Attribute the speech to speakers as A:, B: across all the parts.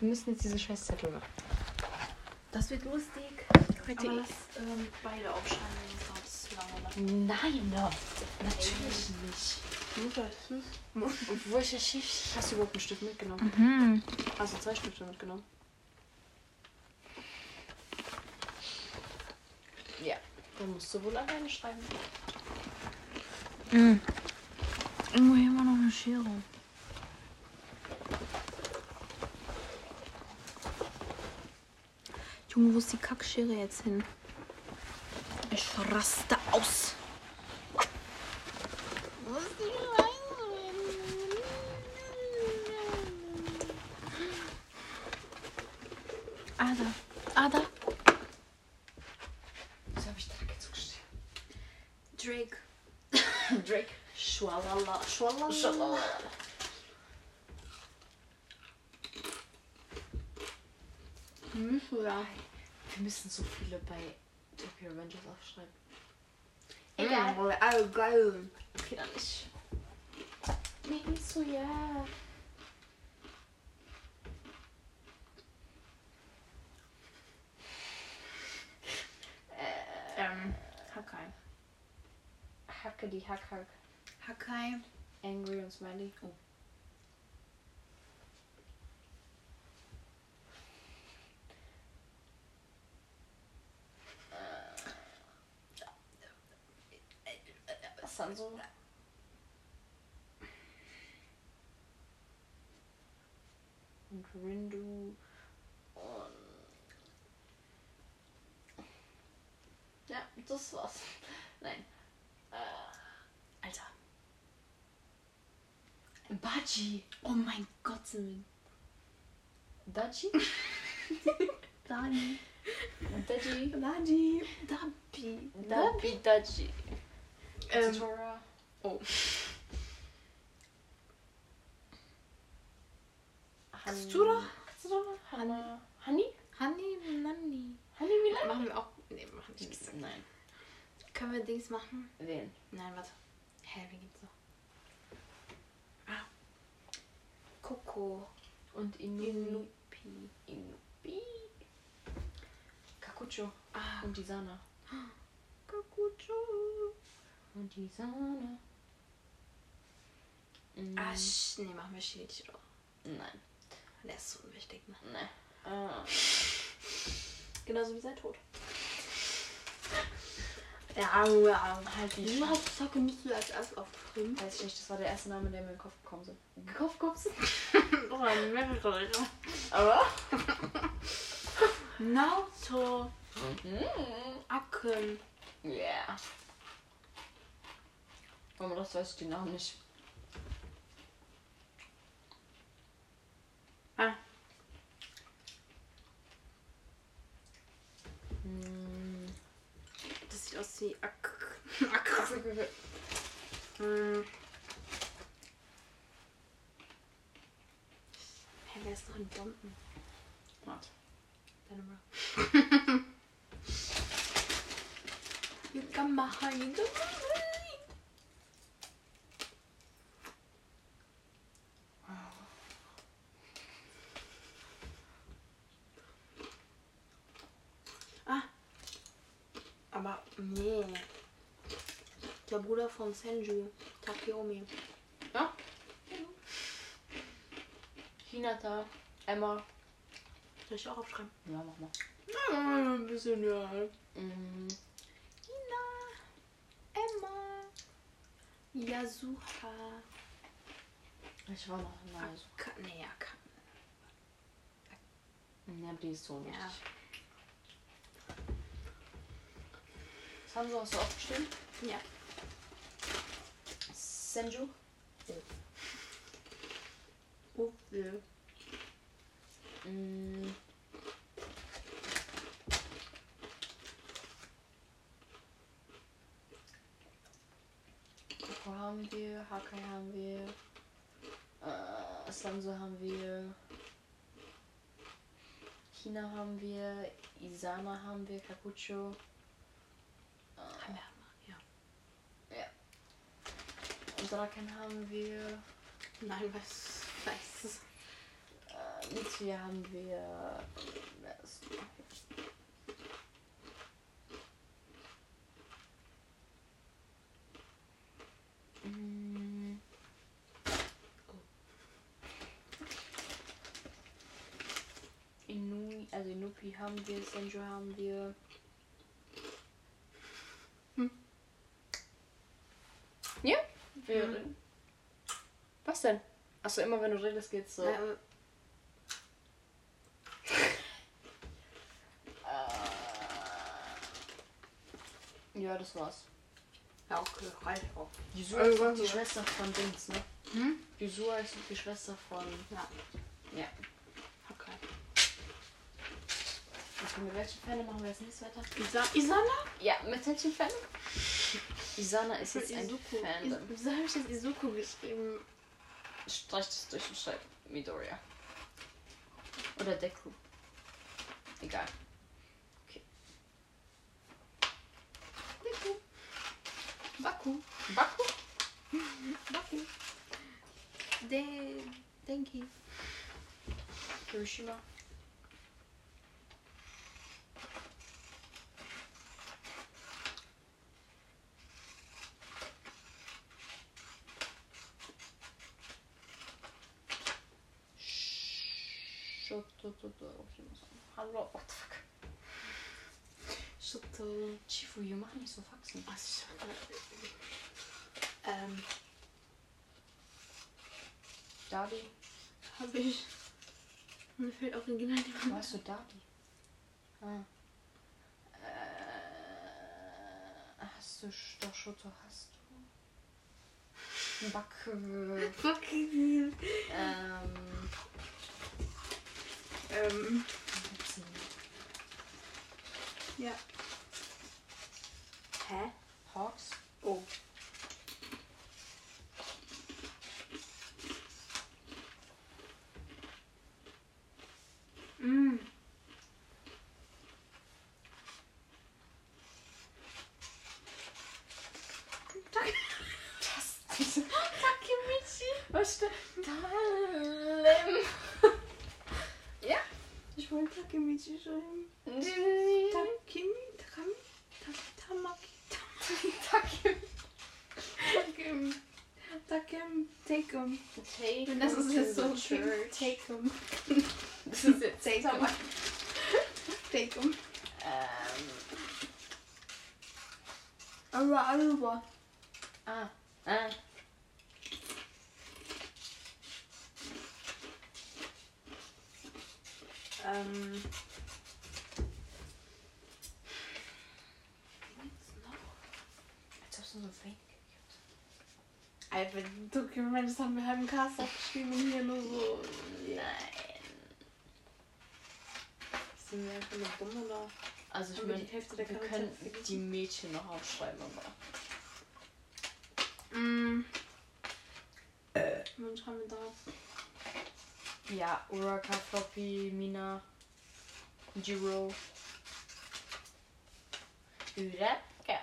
A: Wir müssen jetzt diese scheiß Zettel machen.
B: Das wird lustig.
A: Heute
B: Aber
A: ich-
B: das, ähm, beide aufschreiben, sonst dauert es zu lange. Ne?
A: Nein, no. natürlich nicht. Und wo ist der Schiff? Hm. Hast du überhaupt einen Stift mitgenommen?
B: Mhm.
A: Hast du zwei Stifte mitgenommen? Ja, dann musst du wohl alleine schreiben.
B: Mhm. Irgendwo hier war noch eine Schere. Junge, wo ist die Kackschere jetzt hin? Ich raste aus. Wo ist die Leine? Ah, da. Ah, da.
A: Wieso habe ich Drake zugestellt?
B: Drake.
A: Drake.
B: Schwalala. Schwalala.
A: Schalalala.
B: Hm, ja.
A: Wir müssen so viele bei Tokyo Revengers aufschreiben.
B: Egal.
A: Mm,
B: also geil.
A: Okay, dann ich. Nee, nicht so, ja.
B: Ähm, Hakai.
A: Hacke die Hack Hack.
B: Hakai.
A: Angry und Smiley. Oh. Sanso. Und Rindu. Und. Ja, das war's. Nein. Äh, Alter. Baji.
B: Oh mein Gott, sind wir
A: Daji?
B: Dani.
A: Daji.
B: Dani. Dabi.
A: Dabi Daji.
B: Ähm.
A: Zora.
B: Oh.
A: Han-
B: Katsura?
A: Katsura? Hanna. Hani?
B: Hani, Nani.
A: Hani Milan?
B: Machen wir auch. Nee, machen wir nicht.
A: Nein.
B: Können wir Dings machen?
A: Wen?
B: Nein, warte. Hä, wie geht's noch? Ah. Coco.
A: Und Inu.
B: Inupi.
A: Inubi. Kakucho.
B: Ah.
A: Und die Sana.
B: Kakucho.
A: Und die Sana. Mm,
B: Ah, sch- nee, machen wir Shinichiro.
A: Nein.
B: Der ist so unwichtig, ne?
A: Nein. Ah. Genauso wie sein Tod.
B: Ja, ja, halt
A: die
B: Du hast Socke nicht als erst auf Prim.
A: Weiß ich nicht, das war der erste Name, der mir in den Kopf gekommen ist. In den Kopf gekommen ist?
B: Oh, ein mehrere.
A: Aber?
B: Naoto.
A: Mhm.
B: Akken.
A: Yeah. Aber das weiß ich den Namen nicht.
B: Ah.
A: Mm.
B: Das sieht aus wie Ak. Ak. Hm. Hä, wer ist noch in Bomben?
A: Warte.
B: Deine Bro. Yukamaha, Yukamaha. Ah. bah, Aber, nee. Der Bruder von Senju, Takeomi.
A: Ja? Hinata. Emma.
B: Soll ich auch aufschreiben?
A: Ja, mach mal.
B: Ja, ein bisschen, ja.
A: Mm.
B: Ina, Emma, Yasuha,
A: Ich war noch in der
B: Aka, nee, Aka,
A: Ja, die ist so
B: ja.
A: lustig. Das haben sie auch so aufgeschrieben.
B: ja.
A: Senju.
B: Uwe,
A: Mm. Koko haben wir, Hakai haben wir, äh, Sanso haben wir, Hina haben wir, Isana haben wir, Kakucho.
B: Hammer, ja.
A: Draken haben wir,
B: Nein, was weiß.
A: äh, jetzt hier haben wir. wer ist noch hier? Mm. Oh. Inui, also Inupi haben wir, Senju haben wir. Hm. Ja, wir
B: Mhm.
A: reden. Was denn? Achso, immer wenn du redest, geht's so.
B: Nein, aber-
A: Äh. Ja, das war's.
B: Ja, okay, reicht auch.
A: Jisua
B: Also,
A: ist doch
B: was
A: die
B: ist-
A: Schwester von Dings, ne?
B: Hm?
A: Jisua ist doch die Schwester von.
B: Ja.
A: Ja.
B: Okay.
A: Okay, mit welchen Fälle machen wir jetzt nächstes weiter?
B: Isa Isana?
A: Ja, mit welchen Fällen? Isana ist jetzt ein
B: Izuku.
A: Fandom.
B: Wieso habe ich jetzt Izuku geschrieben?
A: Streich das durch und schreib Midoriya. Oder Deku. Egal. Okay. Deku. Baku. Baku?
B: Baku. De Denki.
A: Hiroshima. Hallo, what the fuck?
B: Shoto.
A: Chifu, hier mach nicht so Faxen.
B: Was? Ähm,
A: Dadi?
B: habe ich. Mir fällt original die Mann.
A: Weißt du Dadi? Ah. Äh, hast du Sch- doch Schoto, hast du? Backe.
B: Fucking.
A: äh, Ähm.
B: Ähm, ja.
A: Hä? Hawks?
B: Oh. Mm.
A: Das ist Takemichi. Was ist Dalem? ja?
B: Ich wollte Takemichi schreiben. Takemi, Takami, Ta- Tamaki,
A: Takemichi.
B: Takem, Takem, Takem.
A: Take
B: Und das
A: them
B: ist
A: to
B: jetzt so
A: the
B: schön.
A: church.
B: Takem,
A: Das ist jetzt
B: Takem, Takem.
A: Ähm.
B: Aruba, Aruba.
A: Ah. Ah.
B: Ähm.
A: Als ob es nur so ein Fake gibt.
B: Alter, du gemeint, das haben wir halt im Cast aufgeschrieben und hier nur so.
A: Nein.
B: Sind wir einfach nur dumm oder?
A: Also ich
B: Haben wir
A: meine,
B: die Hälfte der
A: wir
B: Charaktere
A: können
B: vergessen?
A: die Mädchen noch aufschreiben, aber.
B: Mm. Wen schreiben wir drauf?
A: Ja, Uraka, Floppy, Mina, Jiro. Uraka.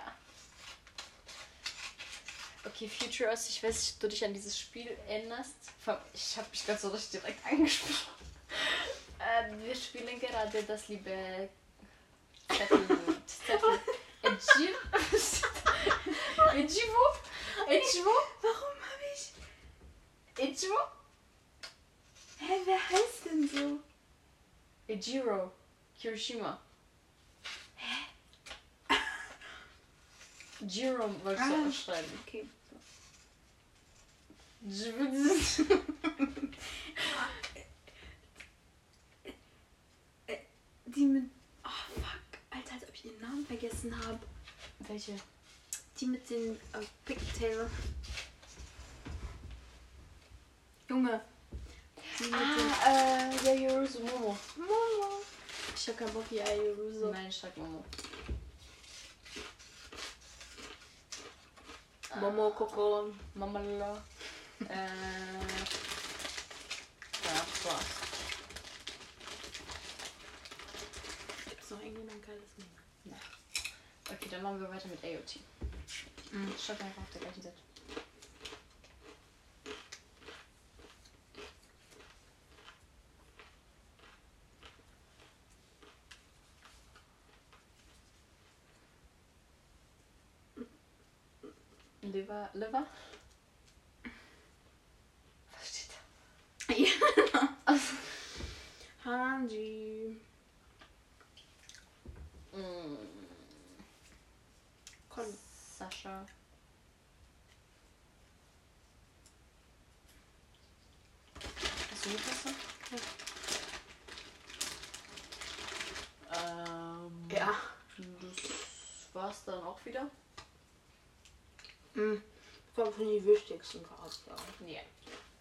A: Okay, Future Us, ich weiß nicht, ob du dich an dieses Spiel erinnerst. Ver- Ich habe mich ganz so richtig direkt angesprochen. Äh, wir spielen gerade das liebe Zettel. Zettel. Ejibo? Ejibo?
B: Warum habe ich.
A: Ejibo?
B: Hä, wer heißt denn so?
A: E, Ejiro. Hiroshima. Hä? Jiro wolltest du
B: Ah.
A: aufschreiben.
B: Okay. Die mit. Oh fuck, Alter, als ob ich ihren Namen vergessen habe.
A: Welche?
B: Die mit den äh, Pigtail. Junge. Die mit den.
A: Ah,
B: e,
A: äh, der Yorosu Momo.
B: Momo. Ich hab keinen Bock, die Ayuruso.
A: Nein, schreib Momo.
B: Momo Kokoro.
A: Mama Lala. äh. Ja, das war's.
B: Gibt's noch irgendjemand geiles Meme?
A: Okay, dann machen wir weiter mit AOT.
B: Mhm.
A: Schreib einfach auf der gleichen Seite. Liver. Liver? Was steht da?
B: Hanji. Kon
A: Sascha. Hast du Mitwasser? Ähm,
B: ja.
A: Das war's dann auch wieder?
B: Mhm. Ich glaube, sind die wichtigsten gerade. Ja.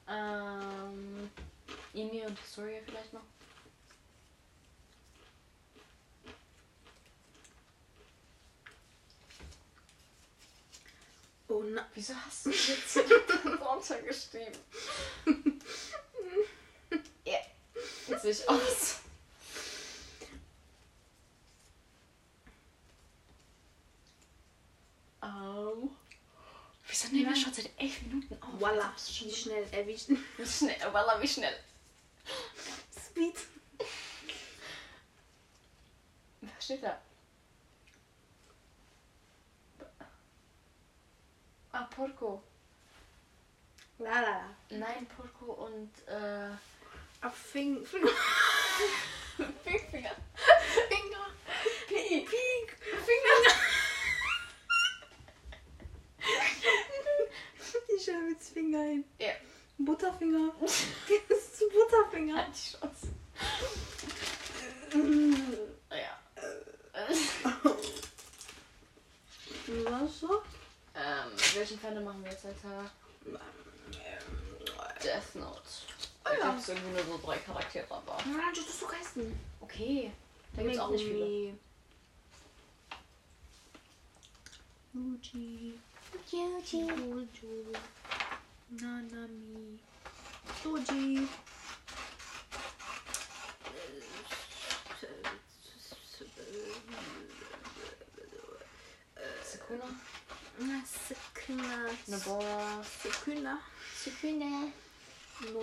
A: Ja. Ähm, Emil und Historia vielleicht noch?
B: Oh nein.
A: Wieso hast du jetzt den Sonntag geschrieben? ja. Jetzt will ich aus. Ähm. Wieso nehmen wir
B: Nein.
A: schon seit elf Minuten auf?
B: Voila.
A: Das ist schon
B: Wie schnell erwischt.
A: Wie schnell, voila, wie schnell.
B: Speed.
A: Was steht da? Ah, Porco.
B: La la la.
A: Nein, Porco und äh,
B: Ab Fing. Finger.
A: Pinkfinger.
B: Finger.
A: Pink.
B: Pink. Ich schreibe jetzt Finger hin.
A: Ja.
B: Butterfinger. Das ist zu Butterfinger.
A: Halt die Chance. Ja. Äh.
B: Was so?
A: ähm, welchen Fan machen wir jetzt weiter? Death Note. Da
B: Ah ja.
A: gibt es irgendwie nur so drei Charaktere, aber.
B: Nein, das ist so geheißen.
A: Okay. Da gibt es auch nicht viele.
B: Uji.
A: Yuji.
B: Uju. Nanami. Uji.
A: Sukuna.
B: Sakuna.
A: Nobora.
B: Sakuna.
A: Sukune. Ehm,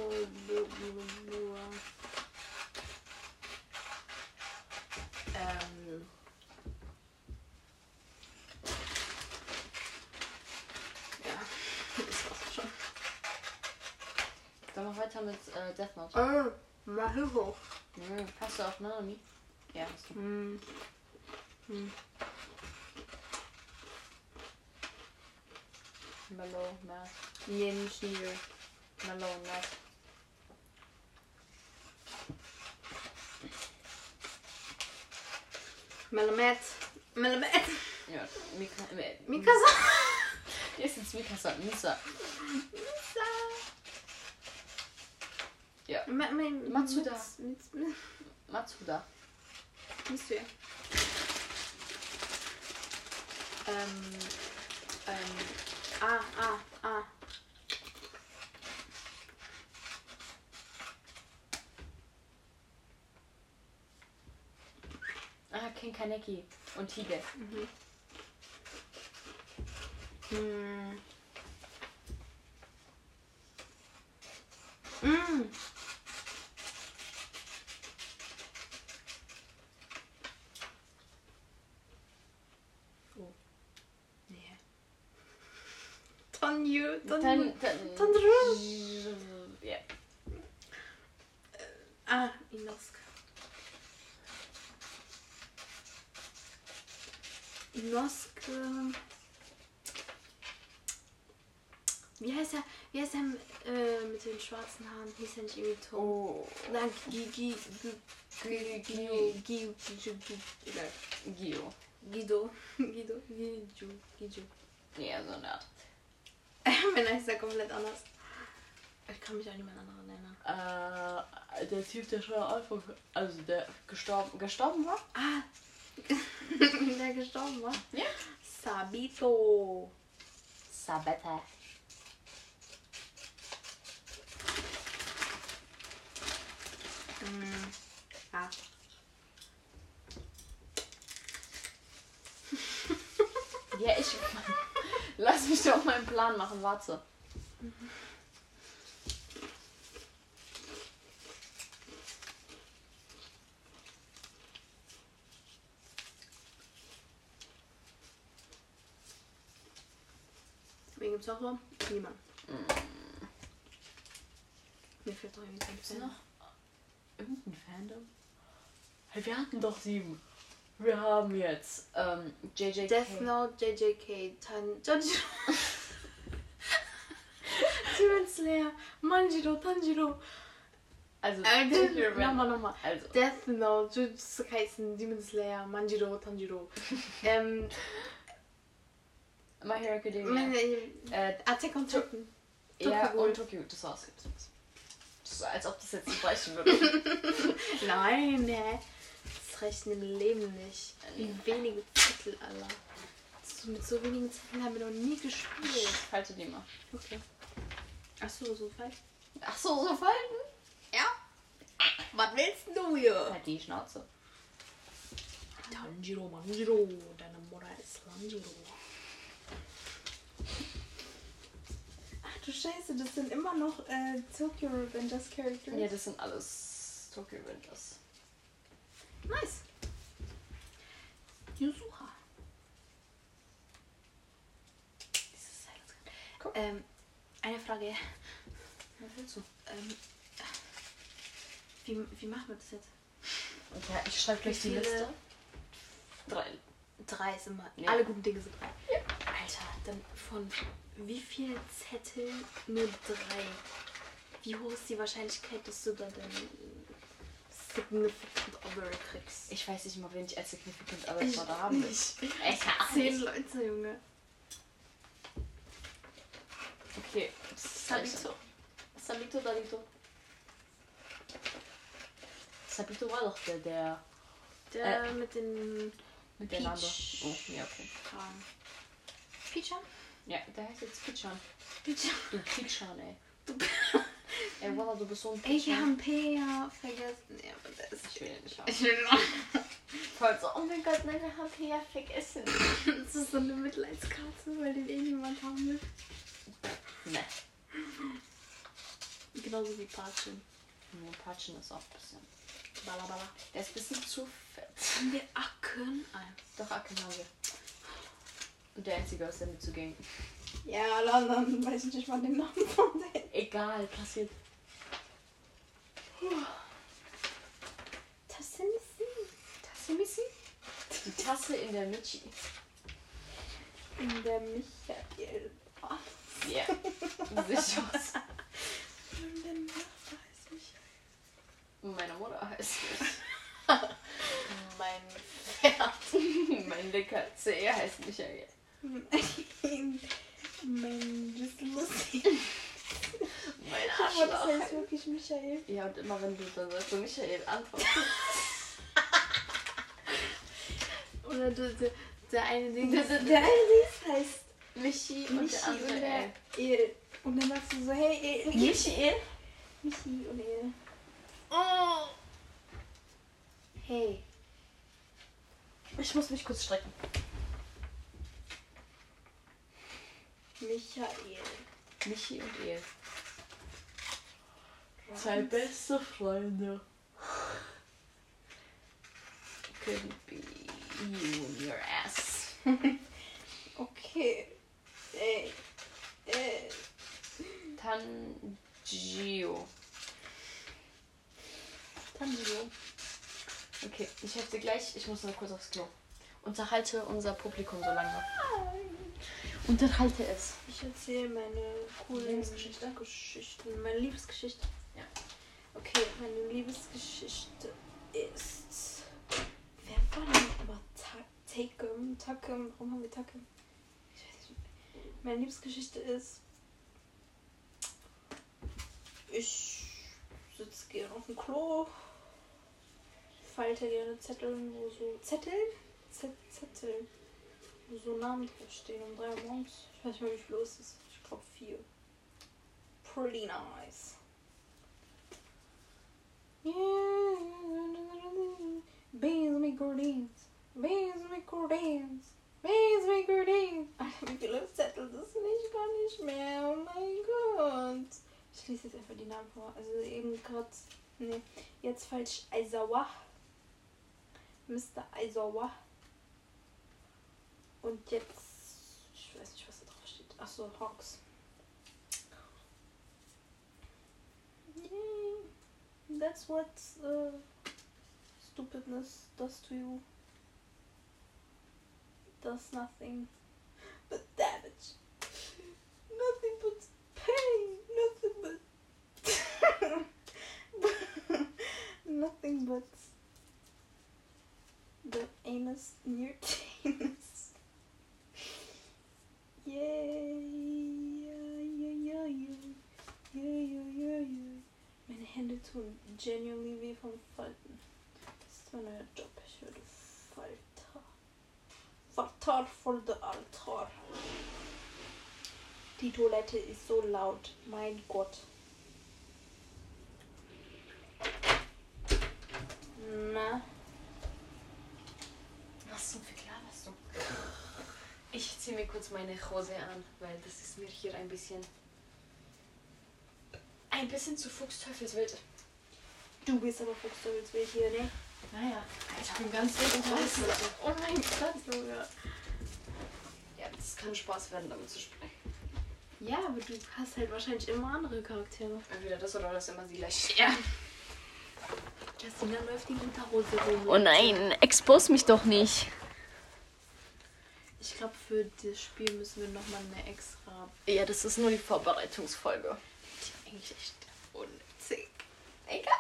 B: Nobura.
A: Ähm.
B: Ja, das war's schon.
A: Dann mach weiter mit äh, Death Note.
B: Äh, Mahiro.
A: Mhm. Hast du auch Nanami? Ja, hast du.
B: Hm. Hm.
A: Mellow, Matt.
B: Yenshiro.
A: Mellow, Matt.
B: Melamet. Melamet.
A: Ja, Mika. Äh,
B: Mikasa.
A: Hier ist jetzt Mikasa. Misa.
B: Misa.
A: Ja.
B: Ma- ma-
A: Matsuda.
B: Mits- Mits- Mits-
A: Matsuda.
B: Mitsuya.
A: Ähm. Ähm.
B: Ah, ah, ah.
A: Ah, King Kaneki. Und Hige.
B: mhm. Hm. Mm.
A: Oh.
B: Yeah. Tonju, Tonju.
A: Dann. Dann.
B: Tonju.
A: Ja.
B: Ah, Inosuke. Inosuke. Wie heißt er? Wie heißt er äh, mit den schwarzen Haaren? Hieß er nicht irgendwie Tom?
A: Oh.
B: Nein, Gi- Gi- Gi- Gi- Gi-
A: Gio.
B: Gi- Gi- Gi- egal.
A: Gio.
B: Guido. Guido. Guido. Guido.
A: Ja, so eine Art.
B: Wenn heißt er komplett anders. Ich kann mich an niemand anderen erinnern.
A: Äh, der Typ, der schon am Anfang, also der gestorben, gestorben war?
B: Ah! Der gestorben war.
A: Ja.
B: Sabito.
A: Sabetta.
B: Mm. Ah.
A: Ja, ich. Lass mich doch meinen Plan machen, warte.
B: Wie Wen gibt's noch so? Niemand.
A: Mm.
B: Mir fehlt doch irgendwie kein
A: Ist
B: Fan.
A: noch irgendein Fandom? Hey, wir hatten doch sieben. Wir haben jetzt ähm, JJK.
B: Death Note, JJK, Tan... Jojo... Demon Slayer, Manjiro, Tanjiro.
A: Also,
B: Äh,
A: Tokyo Revenge.
B: nochmal, nochmal.
A: also
B: Death Note, Jujutsu Kaisen, Demon Slayer, Manjiro, Tanjiro. ähm,
A: My Hero Academia.
B: meine,
A: Äh,
B: Attack on Titan.
A: ja,
B: Mm. Tokyo Ghoul.
A: und Tokyo. Das war's jetzt. Das ist, als ob das jetzt nicht reichen würde.
B: Nein, hä? Das reicht im Leben nicht. Wie wenige Titel, Alter. So- Mit so wenigen Titeln haben wir noch nie gespielt.
A: Halte die mal.
B: Okay. Achso, so falsch.
A: Ach so, so falten?
B: Ja. Was willst du hier?
A: Halt die Schnauze.
B: Tanjiro, Manjiro, deine Mutter ist Lanjiro. Ach du Scheiße, das sind immer noch äh, Tokyo Revengers Characters.
A: Ja, das sind alles Tokyo Revengers.
B: Nice. Yuzuha. Dieses Silence.
A: Guck.
B: Ähm, eine Frage.
A: Was willst du?
B: Ähm, wie, wie machen wir das jetzt?
A: Ja, ich schreibe gleich die
B: Wie viele?
A: Liste. Drei.
B: Drei sind mal.
A: Ja.
B: Alle guten Dinge sind drei. Alter, dann von wie viel Zettel nur drei? Wie hoch ist die Wahrscheinlichkeit, dass du dann deinen Significant Other kriegst?
A: Ich weiß nicht mal, wen ich als significant alles
B: Ich
A: war da haben will.
B: nicht.
A: Echt?
B: Zehn Leute, Junge.
A: Okay. Sabito. Sabito, Dalito. Sabito war doch der, der
B: Der mit den
A: mit
B: Peach.
A: der Nase. Oh, ja, okay.
B: Haaren. Peachan?
A: Ja, der heißt jetzt Pitchan.
B: Peachan.
A: Du Pitchan, ey.
B: Du-
A: Ey, Walla, du bist so ein
B: Ich
A: Pitchan.
B: habe P ja vergessen. Ja, aber der ist
A: Ich will den nicht haben.
B: Ich will noch.
A: Voll so, oh mein Gott, nein, wir haben hier ja vergessen.
B: Das ist so eine Mitleidskarte, weil den eh niemand haben will.
A: Ne.
B: Genauso wie Patschen.
A: Nur Patschen ist auch ein bisschen.
B: Bala bala.
A: Der ist ein bisschen zu fett.
B: Haben wir Ah, Acken?
A: Doch, Acken haben wir. Und der Einzige aus der mitzugehen.
B: Ja, dann, dann weiß ich nicht mal den Namen von denen.
A: Egal, passiert.
B: Tassimisi. Tassimisi?
A: Die Tasse in der Michi.
B: In der Michael. Oh,
A: Ja. Sicher.
B: und der Nachbar heißt Michael.
A: Meine Mutter heißt
B: Mein Pferd.
A: nicht. mein dicker Zeh heißt Michael.
B: mein Düsseldorf.
A: Mein
B: Aber das
A: Arschloch.
B: heißt wirklich Michael.
A: Ja, und immer wenn du dann sagst, so Michael antwortest.
B: Oder der, der, der eine Ding.
A: Der-
B: Der,
A: der-
B: eine Ding heißt
A: Michi und
B: Michi
A: der andere
B: und der
A: El.
B: El. Und dann sagst du so, hey El.
A: Michael?
B: Michi und El.
A: Oh.
B: Hey.
A: Ich muss mich kurz strecken.
B: Michael.
A: Michi und E. El. Zwei beste Freunde. Couldn't be you and your ass.
B: Okay. Äh, Ey. Ey.
A: Tanjiro.
B: Tanjiro.
A: Okay, ich helfe dir gleich. Ich muss nur kurz aufs Klo. Unterhalte unser Publikum so lange. Unterhalte es.
B: Ich erzähle meine coolen
A: Lebensgeschichte?
B: Geschichten. Meine Liebesgeschichte.
A: Ja.
B: Okay, meine Liebesgeschichte ist. Wer war denn nochmal Ta- Takem? Takem? Warum haben wir Takem? Ich weiß nicht. Meine Liebesgeschichte ist. Ich sitze gerne auf dem Klo, falte gerne Zetteln, wo so. Zetteln? Z Zettel. Wo so Namen draufstehen um 3 Uhr morgens. Ich weiß nicht mehr, wie viel Uhr es ist. Ich glaube 4. Pretty nice. Beans make greens. Beans make greens. Beans make greens. Alter, wie viele Zettel das sind? Ich kann nicht mehr. Oh mein Gott. Ich lese jetzt einfach die Namen vor. Also eben gerade. Nee, jetzt falsch. Aizawa. Mr. Aizawa. Und jetzt. Ich weiß nicht, was da drauf steht. Achso, Hawks. Yay. That's what uh, stupidness does to you. Does nothing but damage. Nothing but pain. Nothing but. nothing but. The anus near anus. Yay! Ay, ay, ay, ay. Ay, ay, ay, ay. Meine Hände tun genuinely weh vom Falten. Das ist mein neuer Job. Ich werde Falter. Falter for the Altar. Die Toilette ist so laut. Mein Gott. Na,
A: Was zum Verklar hast du? Ich ziehe mir kurz meine Hose an, weil das ist mir hier ein bisschen. Ein bisschen zu Fuchsteufelswild.
B: du bist aber Fuchsteufelswild hier, ne?
A: Naja, ich bin ganz wild unterwegs. Oh mein Gott, Junge. Ja, das kann Spaß werden, damit zu sprechen.
B: Ja, aber du hast halt wahrscheinlich immer andere Charaktere.
A: Entweder das oder das immer die gleiche. Ja.
B: Justina läuft die Unterhose rum.
A: Oh nein, expose mich doch nicht.
B: Ich glaube, für das Spiel müssen wir nochmal eine extra.
A: Ja, das ist nur die Vorbereitungsfolge.
B: Die eigentlich echt unnützig.
A: Egal.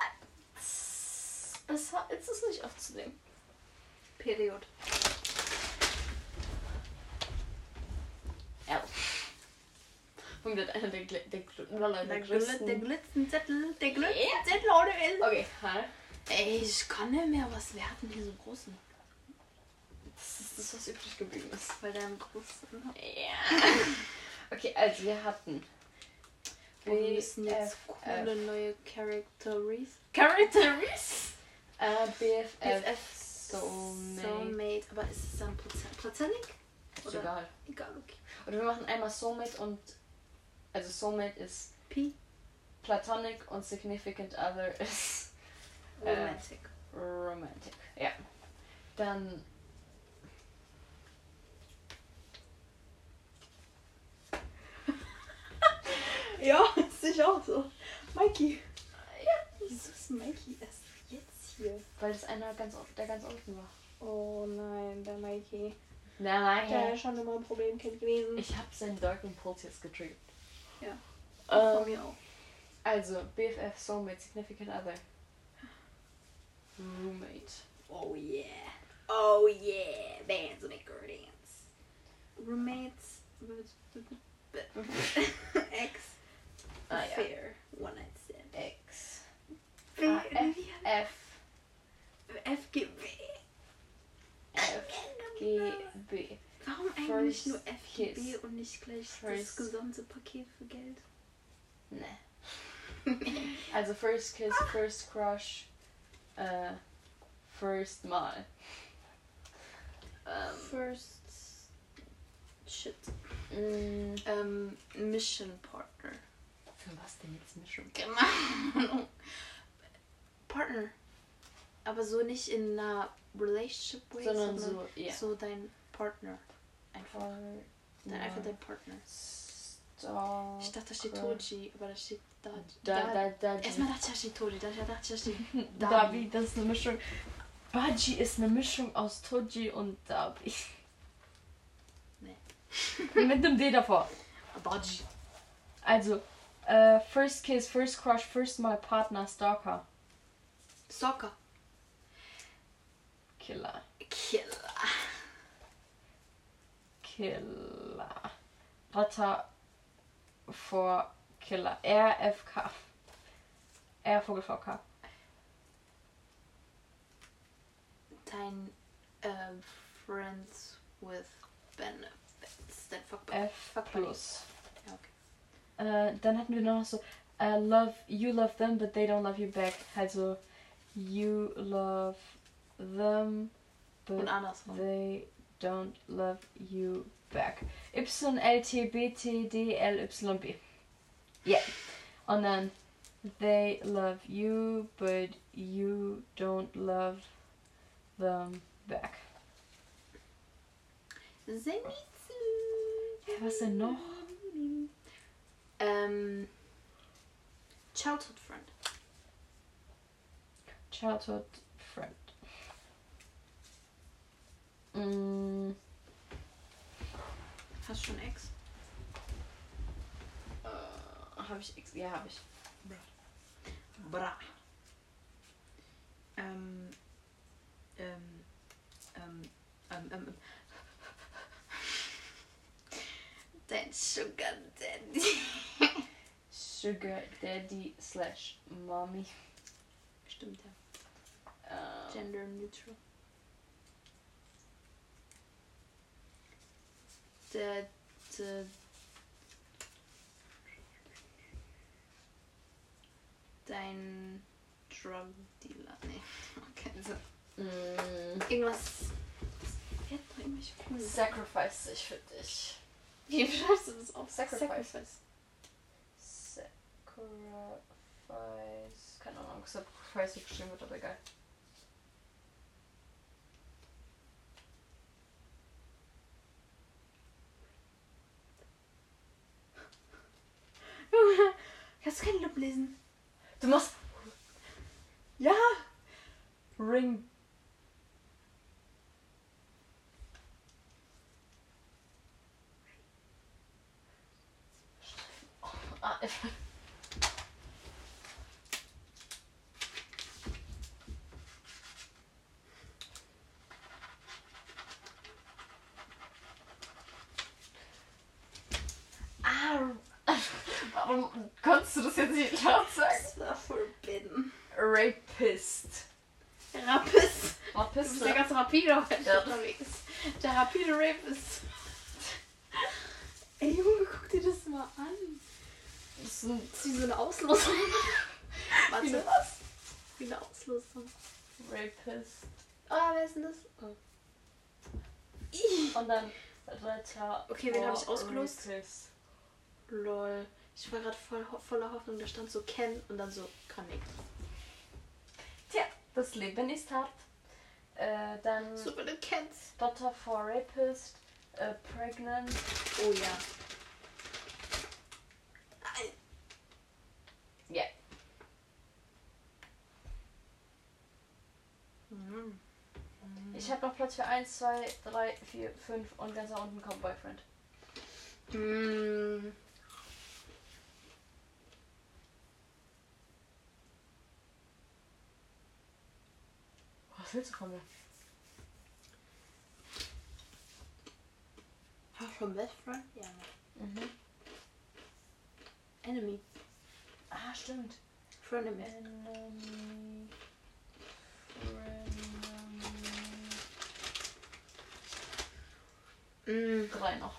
A: Besser ist es nicht aufzunehmen.
B: Period.
A: Ja. Und wird einer der, Gl- der, Gl- der,
B: Der, Glitz,
A: größten-
B: der Glitzenzettel, der
A: Ja.
B: Glitzenzettel ohne Ende.
A: Okay, hi.
B: Ey, ich kann nicht mehr was werden, diesen großen.
A: Das ist das, was übrig geblieben ist.
B: Bei deinem großen.
A: Ja. Okay, also wir hatten.
B: Wir müssen jetzt
A: BFF.
B: coole neue Characteries.
A: Characteries? Äh, BFF.
B: BFF.
A: Soulmate.
B: Soulmate. Aber ist es dann Prozent? Prozentig?
A: Ist egal.
B: Egal, okay.
A: Oder wir machen einmal Soulmate und. Also Soulmate ist
B: P.
A: Platonic und Significant Other ist Äh.
B: Romantic.
A: Romantic. Ja. Dann.
B: Ja, ist ich auch so. Mikey. Wieso ist Mikey erst jetzt hier?
A: Weil das einer ganz, un- der ganz unten war.
B: Oh nein, der Mikey. Der
A: Nein.
B: ist schon immer ein Problemkind gewesen.
A: Ich habe seinen Darken Pulse jetzt getriggert.
B: Ja.
A: Ähm,
B: Von mir auch.
A: Also, BFF, Soulmate, Significant Other. Roommate.
B: Oh yeah. Oh yeah. Bands make her dance. Roommates. Ex.
A: Ah ja.
B: Affair. One night stand.
A: X. Ah, F, F,
B: FGB.
A: F, G, B.
B: Warum eigentlich
A: First
B: nur FGB
A: kiss.
B: und nicht gleich das
A: First-
B: gesamte Paket für Geld?
A: Ne. Also, First Kiss, First Crush, äh, First Mal.
B: Um, First Shit.
A: Ähm, mh,
B: Ähm, Mission Partner.
A: für was denn jetzt Mischung?
B: Genau. Partner. Aber so nicht in einer Relationship way,
A: Sondern so, ja.
B: so dein Partner. Einfach. Nein, einfach dein Partner.
A: Star.
B: Ich dachte, da steht Toji, aber da steht da.
A: Da, da, da.
B: Erstmal dachte ich, da steht Toji, dann dachte ich, da steht
A: Dabi, das ist eine Mischung. Baji ist eine Mischung aus Toji und Dabi.
B: Nee.
A: Mit dem D davor.
B: Baji.
A: Also, äh, First Kiss, First Crush, First Mal Partner, Stalker,
B: Soccer.
A: Killer,
B: Killer.
A: Killer. Ratter vor Killer. RFK. R Vogel VK.
B: Dein ähm, Friends with Benefits. Dein Fuckboy.
A: F plus.
B: Ja, okay.
A: Äh, dann hatten wir noch so äh, love you love them but they don't love you back. Also you love them
B: Und
A: but
B: andersrum.
A: they don't love you back. Y L T B T D L Y B. Yeah. Und dann they love you but you don't love them back.
B: Zenitsu.
A: Ja, was denn noch?
B: Um,
A: Ähm, Childhood Friend.
B: Childhood friend. Mm,
A: Hast du schon Ex? Äh, habe ich Ex? Ja, habe ich.
C: Bra. Ähm, ähm, ähm, ähm, ähm. Dein Sugar
A: um,
C: Daddy.
A: Sugar Daddy slash Mommy.
C: Stimmt ja.
A: Ähm,
C: Gender neutral. Der, der, dein Drug Dealer. Nee, okay. So.
B: mm,
C: Irgendwas. Das wird doch irgendwelche coolen.
A: sacrifice dich für dich.
C: Wie schreibst du das auf?
A: Sacrifice. Sacrifice. Keine Ahnung, Sacrifice wie geschrieben wird, aber egal.
C: Junge, kannst du keinen Lip lesen?
A: Du musst.
C: Ja!
B: ring.
A: Ah, ah. Warum konntest du das jetzt nicht laut sagen?
C: Das war forbidden.
A: Rapist.
C: Rappes. Das ist
A: Rapist?
C: der ganz rapide
A: Ja.
C: unterwegs. Der rapide Rape ist. Ey Junge, guck dir das mal an.
A: Das ist ein
C: Das ist wie so eine Auslosung.
A: Wie eine
C: Warte, was? Wie eine Auslosung.
A: Rapist.
C: Ah, wer ist denn das? Oh. Ih.
A: Und dann Retter.
C: Okay, wen
A: vor
C: hab ich ausgelost?
A: Rapist.
C: Lol. Ich war gerade voll, ho- voller Hoffnung, da stand so Ken und dann so kann ich.
A: Tja, das Leben ist hart. Äh, dann
C: So viele Kens.
A: Daughter for Rapist, äh, Pregnant.
C: Oh ja. Ei.
A: Ja.
C: Mhm.
A: Ich habe noch Platz für 1, 2, 3, 4, 5 und ganz nach unten kommt Boyfriend.
C: Mm.
A: Was willst du von mir?
C: Hast du schon Best Friend? Ja. ne.
A: Mhm.
C: Enemy.
A: Ah, stimmt.
C: Frenemy.
A: Enemy. Frenemy.
C: Mm.
A: Drei noch.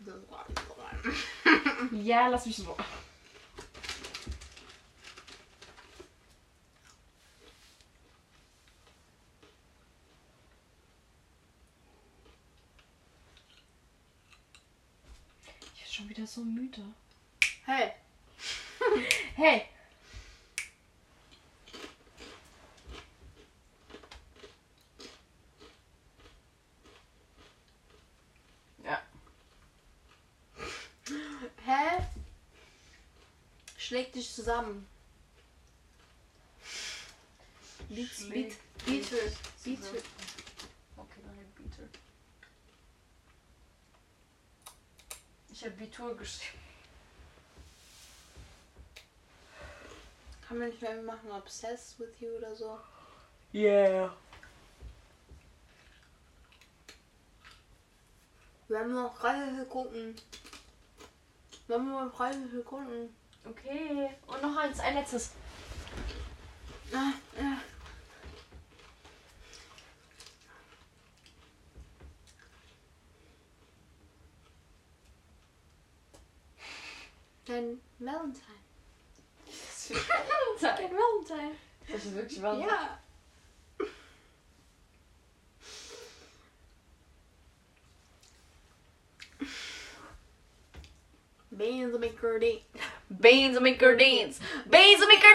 C: Das war nicht so rein.
B: Ja, lass mich in Ruhe. Ich bin schon wieder so müde.
C: Hey.
B: Hey!
A: Ja.
C: Hä? Schläg dich zusammen. Beat,
A: Schläg
C: beat, Beatle,
A: dich
C: Beatle.
A: Okay, dann halt Beatle. Ich habe Beatle geschrieben.
C: Kann man nicht mehr machen, Obsessed with you oder so.
B: Yeah.
C: Wir haben nur noch 30 Sekunden. Wir haben nur noch 30 Sekunden.
A: Okay. Und noch eins, ein letztes.
C: Ah, ah. Dein Valentine.
A: Das ist Valentine.
C: Dein Valentine.
A: Das ist wirklich Valentine.
C: Ja. Benjamin Gardines. Benjamin Gardines. Benjamin Gardines.